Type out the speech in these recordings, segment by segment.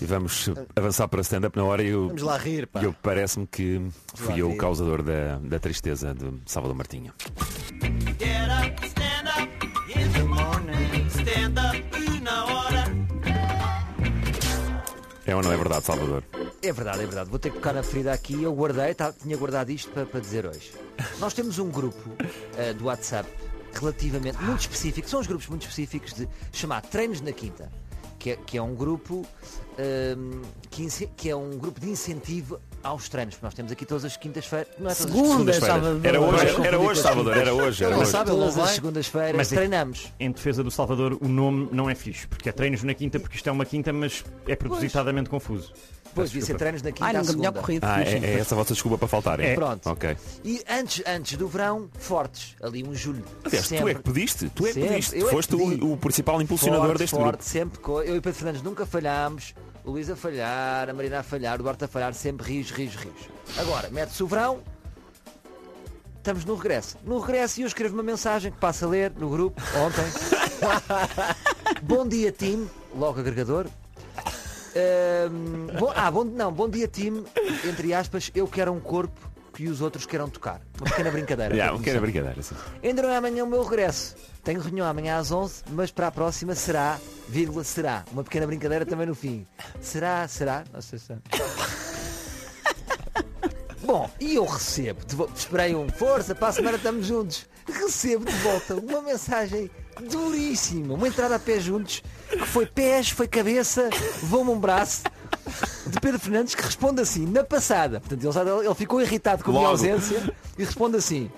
E vamos avançar para stand-up na hora e eu, Vamos lá rir, pá. e eu parece-me que lá fui eu o rir. causador da, da tristeza de Salvador Martinho. Get up, stand up in the morning. Stand up una hora. É ou não é verdade, Salvador? É verdade, é verdade. Vou ter que tocar na ferida aqui. Eu guardei, tá- tinha guardado isto para, para dizer hoje. Nós temos um grupo eh, do WhatsApp relativamente muito específico. São os grupos muito específicos de chamar Treinos na Quinta, que é, que é um grupo ehm, que, ince- que é um grupo de incentivo aos treinos. Nós temos aqui todas as quintas-feiras. Não é todas as- Segunda. Sextas-feiras. Salvador. Era hoje, Vai era hoje, Salvador, era hoje. Era Não hoje. sabe, Ele não todas as vai. segundas-feiras Mas- treinamos. Em defesa do Salvador, o nome não é fixe, porque é treinos na quinta, porque isto é uma quinta, mas é propositadamente confuso. Pois devia ser treinos na quinta Ai, à nunca melhor segunda. corrido. Ah, é, sim, sim. é essa a vossa desculpa para faltarem. É. Pronto. Ok. E antes, antes do verão, fortes. Ali um julho. Aliás, tu é Sempre. que pediste, tu é que Sempre. pediste. Eu é que Foste pedi. o, o principal impulsionador forte, deste forte, grupo. sempre co... Eu e Pedro Fernandes nunca falhámos. O Luís a falhar, a Marina a falhar, o Duarte a falhar, sempre rios, rios, rios. Agora, mete-se o verão, estamos no regresso. No regresso, e eu escrevo uma mensagem que passo a ler no grupo ontem. bom dia, time, logo agregador. Ahm, bom- ah, bom, não, bom dia, time, entre aspas, eu quero um corpo que os outros queiram tocar. Uma pequena brincadeira. Yeah, um que era brincadeira. Sim. Ainda não é amanhã o meu regresso. Tenho reunião amanhã às 11, mas para a próxima será, vírgula, será. Uma pequena brincadeira também no fim. Será, será? Não sei se é. Bom, e eu recebo, de volta, esperei um força, para a semana estamos juntos. Recebo de volta uma mensagem duríssima, uma entrada a pé juntos, que foi pés, foi cabeça, vou-me um braço, de Pedro Fernandes, que responde assim, na passada. Portanto, ele, já- ele ficou irritado com a minha Logo. ausência e responde assim,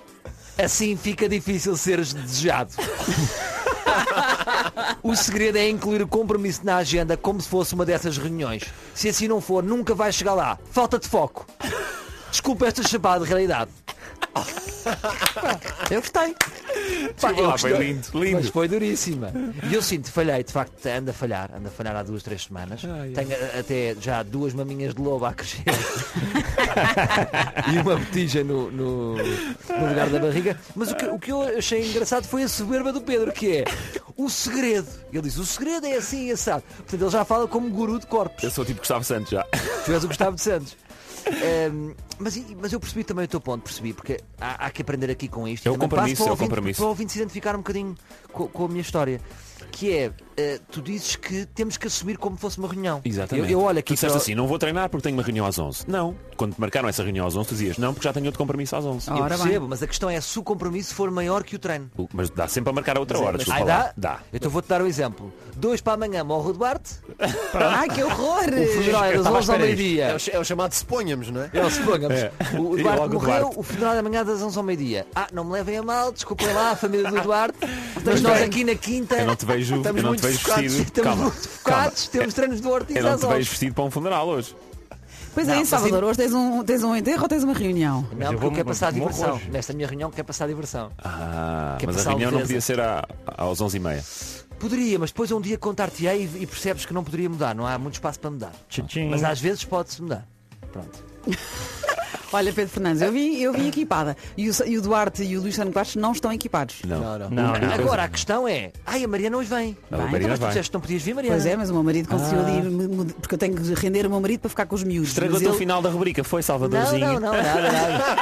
assim fica difícil seres desejado. O segredo é incluir o compromisso na agenda como se fosse uma dessas reuniões. Se assim não for, nunca vais chegar lá. Falta de foco. Desculpa esta chapada de realidade. Pá, Eu gostei. Pá, eu lá, foi lindo, lindo. Mas foi duríssima. E eu sinto, falhei, de facto, anda a falhar, anda a falhar há duas, três semanas. Tenho a- até já duas maminhas de lobo a crescer e uma botija no, no- no lugar da barriga. Mas o que, o que eu achei engraçado foi a soberba do Pedro, que é o segredo. Ele diz, o segredo é assim e assado. Portanto, ele já fala como guru de corpos. Eu sou o tipo Gustavo Santos já. Tu és o Gustavo de Santos. Ahm, mas, e- mas eu percebi também o teu ponto, percebi, porque há, há que aprender aqui com isto. É o Também passo compromisso, é para o ouvinte- compromisso. Para o ouvinte se identificar um bocadinho co- com, a minha história. Que é, eh, tu dizes que temos que assumir como fosse uma reunião. Exatamente. Eu, eu olho tu aqui disseste para o- assim, não vou treinar porque tenho uma reunião às 11. Não. Quando te marcaram essa reunião às 11, tu dizias, não, porque já tenho outro compromisso às 11. Eu Ora bem. percebo, mas a questão é se o compromisso for maior que o treino. O- Mas dá sempre a marcar a outra hora, desculpa Ai, lá. é, dá? Então vou-te dar um exemplo. Dois para amanhã morre o Duarte. Ai, que horror! O funeral é das eu estava à 11 ao espera meio-dia. É o, ch- é o chamado se ponhamos, não é? É o suponhamos. O E Duarte logo o morreu, Duarte. o funeral é amanhã das 11 ao meio-dia. Ah, não me levem a mal, desculpem lá, a família do Duarte. Mas nós aqui na quinta Eu não te vejo, Estamos eu não te muito vejo focados, vestido. estamos Calma, muito focados, temos treinos de Duarte eu e não às te vejo 11. vestido para um funeral hoje. Pois é, em Salvador, hoje tens um, tens um enterro ou tens uma reunião? Mas Não, eu porque eu vou- quero passar a morro diversão. hoje. Nesta minha reunião quero passar a diversão. Ah, Que é mas a passar a reunião não leveza. podia ser à- aos 11h30. Poderia, mas depois um dia contar-te-ei e e percebes que não poderia mudar. Não há muito espaço para mudar. Hum. Tchim. Mas às vezes pode-se mudar. Pronto. Olha, Pedro Fernandes, eu vim, eu vim equipada. E o, Sa- e o Duarte e o Luís Sano Quatro não estão equipados. Não. Não, não. Agora a questão é, ai a Mariana hoje vem. A Vai, Marina Mas tu vai. disseste que não podias vir, Mariana. Pois é, mas o meu marido conseguiu ali, me- me- porque eu tenho que render o meu marido para ficar com os miúdos. Estragou-te Mas o ele- final da rubrica, foi Não, Salvadorzinho. não, não, nada, nada.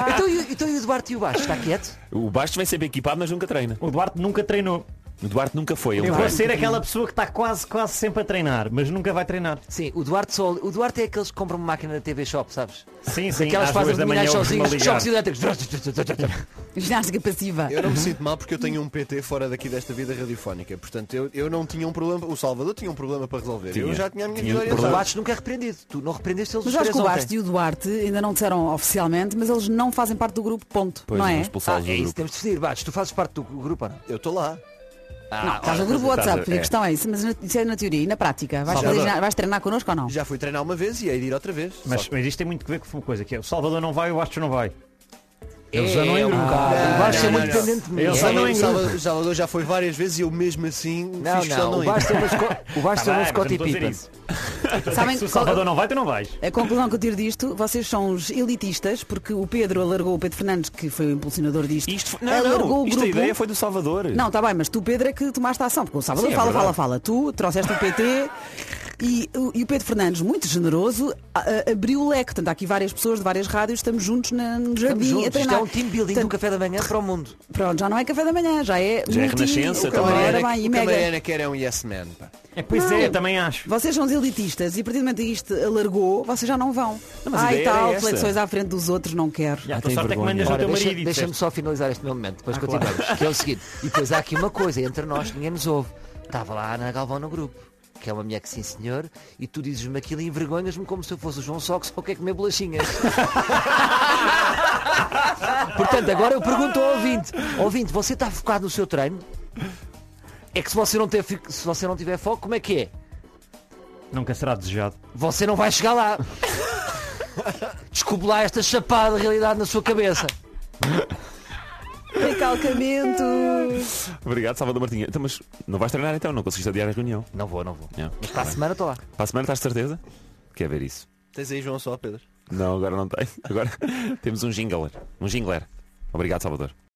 então, e, o- então e o Duarte e o Baixo? Está quieto? O Bastos vem sempre equipado, mas nunca treina. O Duarte nunca treinou. O Duarte nunca foi. Ele Eu vai. vou ser aquela pessoa que está quase, quase sempre a treinar, mas nunca vai treinar. Sim, o Duarte só. O Duarte é aqueles que compram uma máquina da TV Shop, sabes? Sim, sim, Aquelas às que fazem duas da manhã abdominais ouves-me sozinhos, ligar. choques elétricos. Ginástica passiva. Eu não me sinto mal porque eu tenho um PT fora daqui desta vida radiofónica. Portanto, eu, eu não tinha um problema. O Salvador tinha um problema para resolver. Tinha. Eu já tinha a minha Tinha vida O orientada. Baixo nunca é repreendido. Tu não repreendeste eles Mas os acho três que o ontem. Bastos e o Duarte ainda não disseram oficialmente, mas eles não fazem parte do grupo, ponto. Pois, não vão é? Ah, expulsá-los do é isso, grupo. temos de decidir. Baixo, tu fazes parte do grupo ou não? Eu estou lá. Não, estás no grupo estás a- WhatsApp, é. a questão é isso, mas na- isso é na teoria e na prática. Vais, Salvador. treinar, vais treinar connosco ou não? Já fui treinar uma vez e hei de ir outra vez. Mas, mas isto tem muito que ver com uma coisa, que é o Salvador não vai, o Bastos não vai. Eles já não é um Ah, engrenam. bocado. O Não, Baixo é não, muito não, dependente de mim. Eles O É. só não Salvador, em o grupo. Salvador- o Salvador já foi várias vezes e eu mesmo assim Não, fiz questão não, o de não ir. Baixo é uma esco- o Baixo Tá é uma bem, mas Scottie eu não estou a dizer Pippen. isso. Estou a dizer Sabem- que Se o Salvador não vai, tu não vais. A conclusão que eu tiro disto, vocês são os elitistas, porque o Pedro alargou, o Pedro Fernandes, que foi o impulsionador disto, Isto foi... alargou Não, não. é o Isto grupo. tá a ideia foi do Salvador. é Não, está bem, mas tu, Pedro, é que tomaste a ação, porque o Salvador Sim, é fala, verdade. fala, fala. Tu trouxeste o PT, E, o- e o Pedro Fernandes, muito generoso, a- a- abriu o leque. Portanto, há aqui várias pessoas de várias rádios, estamos juntos na- no jardim Estamos a juntos. Isto treinar. é um team building do Portanto, café da manhã para o mundo. Pronto, já não é café da manhã, já é. Já é multi- Renascença o também. Ora Mariana- bem, e o que a mega. Mariana quer é um yes man. Pá. É, pois Não. é, também acho. Vocês são os elitistas e a partir do momento que isto alargou, vocês já não vão. Não, mas a Ai ideia era tal, essa. flexões à frente dos outros, não quero. Já, Ah, a tem tua sorte é que vergonha. mandas no Ora, teu Ora, marido. deixa- e Deixa-me disseste. só finalizar este meu momento, depois Ah, claro. continuamos. Que é o seguinte, e depois há aqui uma coisa, entre nós, ninguém nos ouve. Estava lá a Ana Galvão no grupo, que é uma mulher que sim senhor, e tu dizes-me aquilo e envergonhas-me como se eu fosse o João Só que só quer comer bolachinhas. Portanto, agora eu pergunto ao ouvinte, ouvinte, você está focado no seu treino? É que se você não, ter, fi- se você não tiver foco, como é que é? Nunca será desejado. Você não vai chegar lá. Desculpe lá esta chapada de realidade na sua cabeça. Recalcamento. Obrigado, Salvador Martinha. Então, mas não vais treinar então? Não conseguiste adiar a reunião? Não vou, não vou. Yeah. Mas para a semana estou lá. Para a semana estás de certeza? Quer ver isso? Tens aí João só, Pedro? Não, agora não tem. Agora temos um jingler. Um jingler. Obrigado, Salvador.